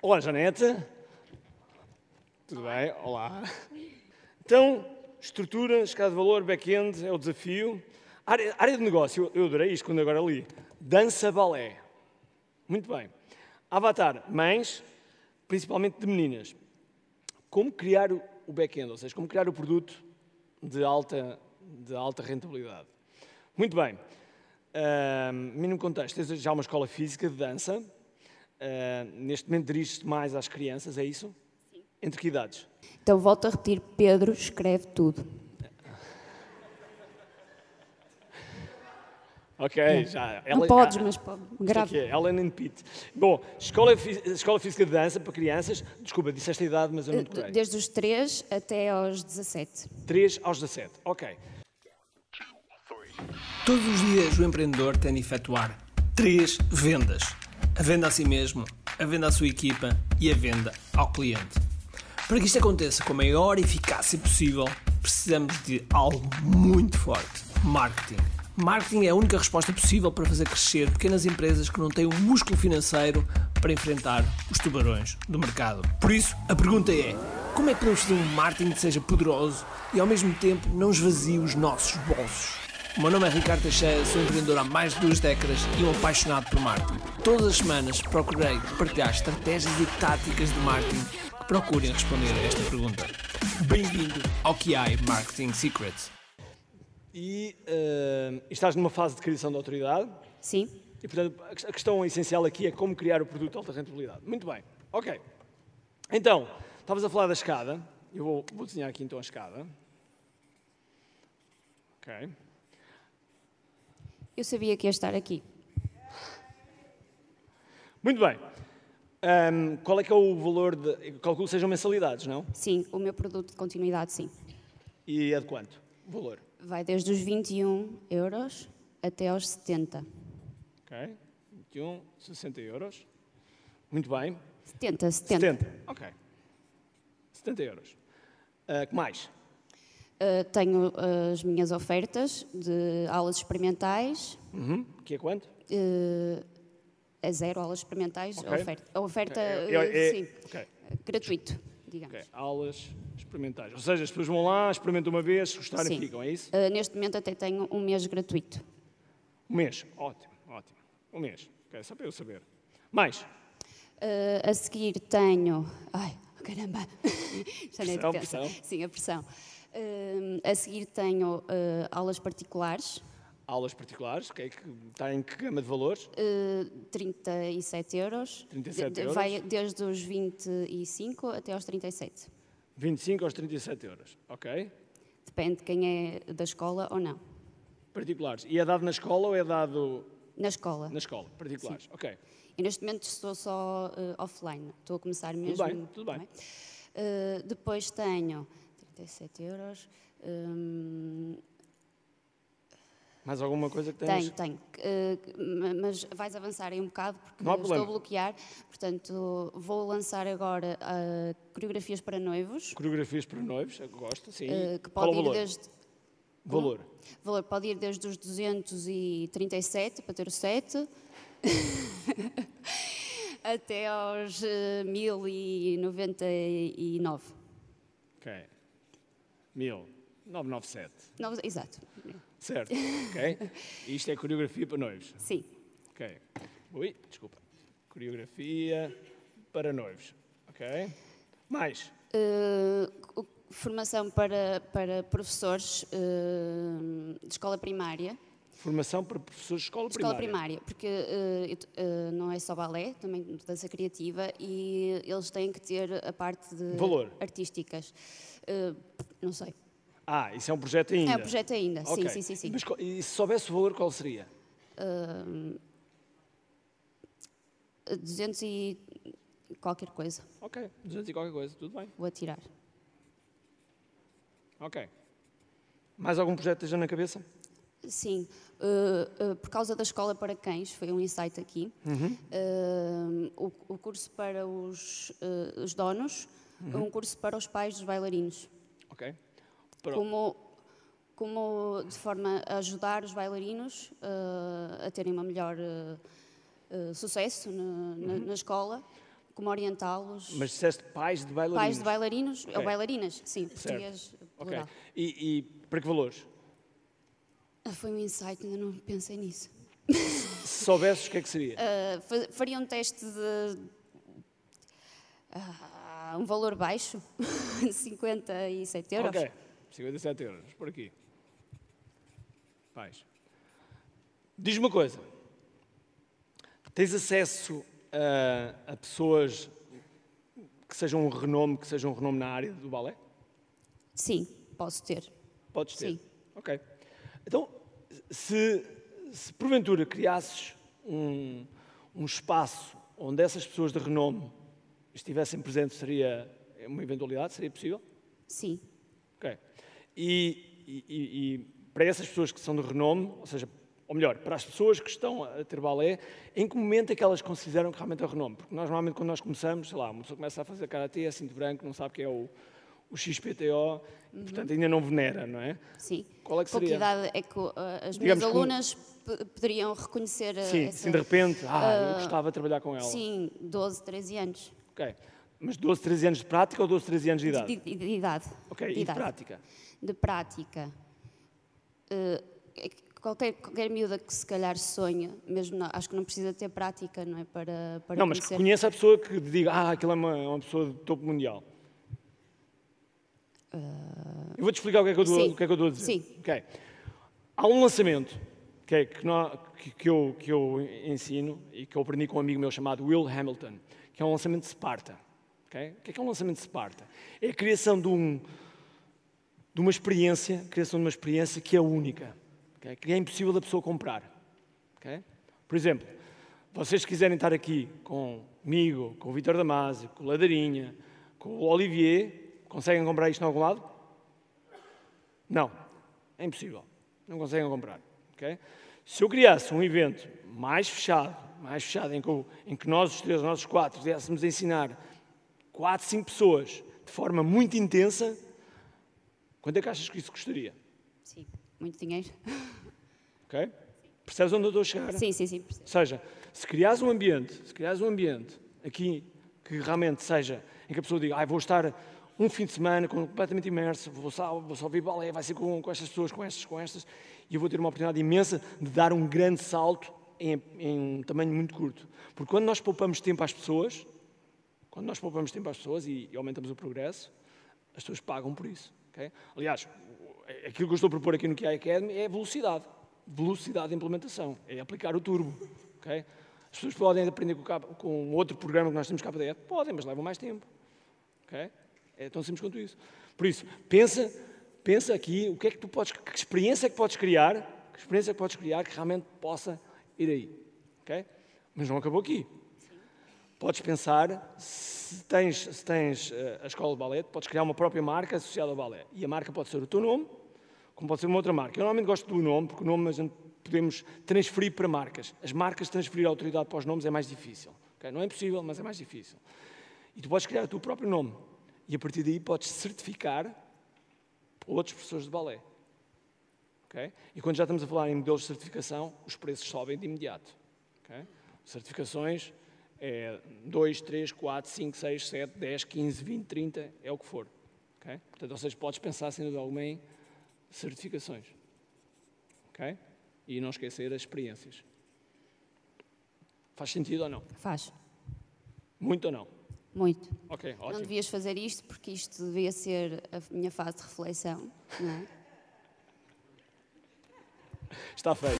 Olá, Janete. Tudo bem? Olá. Então, estrutura, escada de valor, back-end é o desafio. Área, área de negócio, eu eu adorei isto quando agora li. Dança balé. Muito bem. Avatar, mães, principalmente de meninas. Como criar o- o back-end, ou seja, como criar o produto de alta, de alta rentabilidade. Muito bem. Ahm, mínimo contexto, tens já uma escola física de dança. Ahm, Ah, neste momento diriges-te mais às crianças, é isso? Sim. Entre que idades? Então volto a repetir, Pedro escreve tudo. Ok, já. não Ela- podes, ah, mas pode. Isto é Grave. que é, Ellen and Pete. Bom, escola, Fí- Escola Física de Dança para crianças. Desculpa, disseste a idade, mas eu não Eh, De- decorei. Desde os 3 até aos 17. 3 aos 17. Ok. Todos os dias o empreendedor tem de efetuar três vendas: a venda a si mesmo, a venda à sua equipa e a venda ao cliente. Para que isto aconteça com a maior eficácia possível, precisamos de algo muito forte: marketing. Marketing é a única resposta possível para fazer crescer pequenas empresas que não têm o músculo financeiro para enfrentar os tubarões do mercado. Por isso, a pergunta é: como é que podemos fazer um marketing que seja poderoso e ao mesmo tempo não esvazie os nossos bolsos? O meu nome é Ricardo Teixeira, sou empreendedor há mais de duas décadas e um apaixonado por marketing. Todas as semanas procurei partilhar estratégias e táticas de marketing que procurem responder a esta pergunta. Bem-vindo ao QI Marketing Secrets. E ah, estás numa fase de criação de autoridade. Sim? E, portanto, a ques- a questão essencial aqui é como criar o produto de alta rentabilidade. Muito bem. Ok. Então, estavas a falar da escada. Eu vou, vou desenhar aqui então a escada. Ok. Eu sabia que ia estar aqui. Muito bem. Ahm, qual é que é o valor de. eu Calculo que sejam mensalidades, não? Sim, o meu produto de continuidade, sim. E é de quanto? Valor. Vai desde os 21 euros até aos 70. Ok. 21, 60 euros. Muito bem. 70, 70. 70. Ok. 70 euros. Ah, que mais? Uh, tenho uh, as minhas ofertas de aulas experimentais. Uhum. Que é quanto? uh, a zero aulas experimentais. Ok. A oferta, a oferta É- é- é- uh, sim, ok, gratuito, digamos. ok. Aulas experimentais. Ou seja, as pessoas vão lá, experimentam uma vez, se gostarem, Sim. ficam, é isso? Uh, neste momento até tenho um mês gratuito. Um mês. Ótimo, ótimo. Um mês. Ok, só para eu saber. Mais. Uh, a seguir tenho. Ai, caramba! Já nem Pressão, te penso. pressão. Sim, a pressão. Uh, a seguir tenho uh, aulas particulares, Aulas particulares, ok, que está em que gama de valores? uh, 37 euros. 37 De- de- euros. Vai desde os 25 até aos 37. 25 aos 37 euros. Ok. Depende de quem é da escola ou não. Particulares. E é dado na escola ou é dado Na escola. na escola? Particulares. Ok. E neste momento estou só eh, offline, estou a começar mesmo. bem, tudo tá bem. Eh, depois tenho 37 euros. hum, Mais alguma coisa que tens? tenho, tenho. eh, ma- mas vais avançar aí um bocado porque Não há estou problema. a bloquear. Portanto, vou lançar agora ah, coreografias para noivos, Coreografias para noivos, eu gosto, sim. eh, que Qual pode o valor? ir desde. Valor. Valor pode ir desde os 237 para ter o 7 até aos eh, 1099. Ok. 1997. Não, exato. Certo. Ok. Isto é coreografia para noivos. Sim. Ok. Ui, desculpa. Coreografia para noivos. Ok. Mais. Eh, co- formação para, para professores eh, de escola primária. Formação para professores de escola Escola primária. primária, porque eh, eu t- eh, não é só balé, também dança criativa e eles têm que ter a parte de Valor. artísticas. Eh, não sei. Ah, isso é um projeto ainda. É um projeto ainda, sim, Ok. sim, sim. sim. Mas qual- e se soubesse o valor, qual seria? 200 Eh, e qualquer coisa. Ok. 200 e qualquer coisa. Tudo bem. Vou atirar. Ok. Mais algum projeto que esteja na cabeça? Sim, uh, uh, por causa da escola para cães, foi um insight aqui. Uhum. Uh, o, o curso para os, uh, os donos, Uhum. um curso para os pais dos bailarinos. Ok. Pronto. Como, como de forma a ajudar os bailarinos eh, uh, a terem uma melhor uh, uh, sucesso na, na- na escola. como orientá-los. Uhum. Mas disseste pais de bailarinos. Pais de bailarinos Ok. ou bailarinas, sim, português Ok. plural. E, e para que valores? Ah, Foi um insight, ainda não pensei nisso. Se soubesses, o que é que seria? Ah, fa- faria um teste de ah, um valor baixo, 57 euros. Ok, 57 euros, por aqui. Pais. Diz-me uma coisa. Tens acesso a, a pessoas que sejam um renome, que sejam um renome na área do balé? Sim, posso ter. Podes ter. Sim. Ok. Então, se, se porventura criasses um, um espaço onde essas pessoas de renome estivessem presentes, seria uma eventualidade? Seria possível? Sim, Ok. E, e- e- e para essas pessoas que são de renome, ou seja, ou melhor, para as pessoas que estão a ter balé, em que momento é que elas consideram que realmente é o renome? Porque nós normalmente quando nós começamos, sei lá, uma pessoa começa a fazer karatê, é cinto branco, não sabe o que é o, o XPTO, portanto ainda não venera, não é? sim. Qual é que Com seria? idade é que ah, as minhas Digamos que um- alunas p- poderiam reconhecer ah, Sim, essa- assim de repente, ah, eu gostava de trabalhar com ela. Sim, 12, 13 anos Ok. Mas 12, 13 anos de prática ou 12, 13 anos de idade? de, de- de idade. ok, de e de idade. prática. de prática. Eh, é que qualquer, qualquer miúda que se calhar sonha, mesmo não- acho que não precisa ter prática, não é? Para, para não, mas que conhecer. conheça a pessoa que diga, ah, aquela é uma, uma pessoa de topo mundial. Eu vou-te explicar o que é que eu estou, Ah. Sim. o que é que eu estou a dizer. Sim. Ok. Há um lançamento que, é- que, nó- que- que eu, que eu ensino e que eu aprendi com um amigo meu chamado Will Hamilton, que é um lançamento de Sparta. ok? O que é que é um lançamento de Sparta? É a criação de um, de uma experiência, criação de uma experiência que é única, ok? que é impossível da pessoa comprar. ok? Por exemplo, vocês quiserem estar aqui comigo, com o Vitor Damasio, com o Ladarinha, com o Olivier, conseguem comprar isto em algum lado? Não, é impossível. Não conseguem comprar. ok? Se eu criasse um evento mais fechado, mais fechado, em que, eu- em que nós os três, nós os quatro, pudéssemos ensinar quatro, cinco pessoas de forma muito intensa, Quanto é que achas que isso custaria? Sim, muito dinheiro. Ok? Percebes onde eu estou a chegar? Sim, sim, sim. percebo. Ou seja, se criares um ambiente, se criares um ambiente aqui que realmente seja, em que a pessoa diga, ah, vou estar um fim de semana com- completamente imerso, vou só, vou só ouvir balé, vai ser com, com estas pessoas, com estas, com estas, e eu vou ter uma oportunidade imensa de dar um grande salto em, em um tamanho muito curto. Porque quando nós poupamos tempo às pessoas, quando nós poupamos tempo às pessoas e, e aumentamos o progresso, as pessoas pagam por isso. ok? Aliás, o- é- aquilo que eu estou a propor aqui no QI Academy é velocidade. Velocidade de implementação. É aplicar o turbo. ok? As pessoas podem aprender com, o K- com outro programa que nós temos KDF? Podem, mas levam mais tempo. ok? É tão simples quanto isso. Por isso, pensa, pensa aqui o que é que tu podes, que experiência é que podes criar, que experiência é que podes criar que realmente possa ir aí. ok? Mas não acabou aqui podes pensar, se tens, se tens eh, a escola de balé, podes criar uma própria marca associada ao balé. E a marca pode ser o teu nome, como pode ser uma outra marca. Eu normalmente gosto do nome, porque o nome a gente podemos transferir para marcas. As marcas transferir a autoridade para os nomes é mais difícil. ok? Não é impossível, mas é mais difícil. E tu podes criar o teu próprio nome. E a partir daí podes certificar outros professores de balé. ok? E quando já estamos a falar em modelos de certificação, os preços sobem de imediato. ok? Certificações é 2, 3, 4, 5, 6, 7, 10, 15, 20, 30, é o que for. ok? Portanto, ou seja, podes pensar sem dúvida alguma em certificações. ok? E não esquecer as experiências. Faz sentido ou não? Faz, Muito ou não? muito. Ok, Não ótimo. devias fazer isto porque isto devia ser a minha fase de reflexão, não é? Está feito.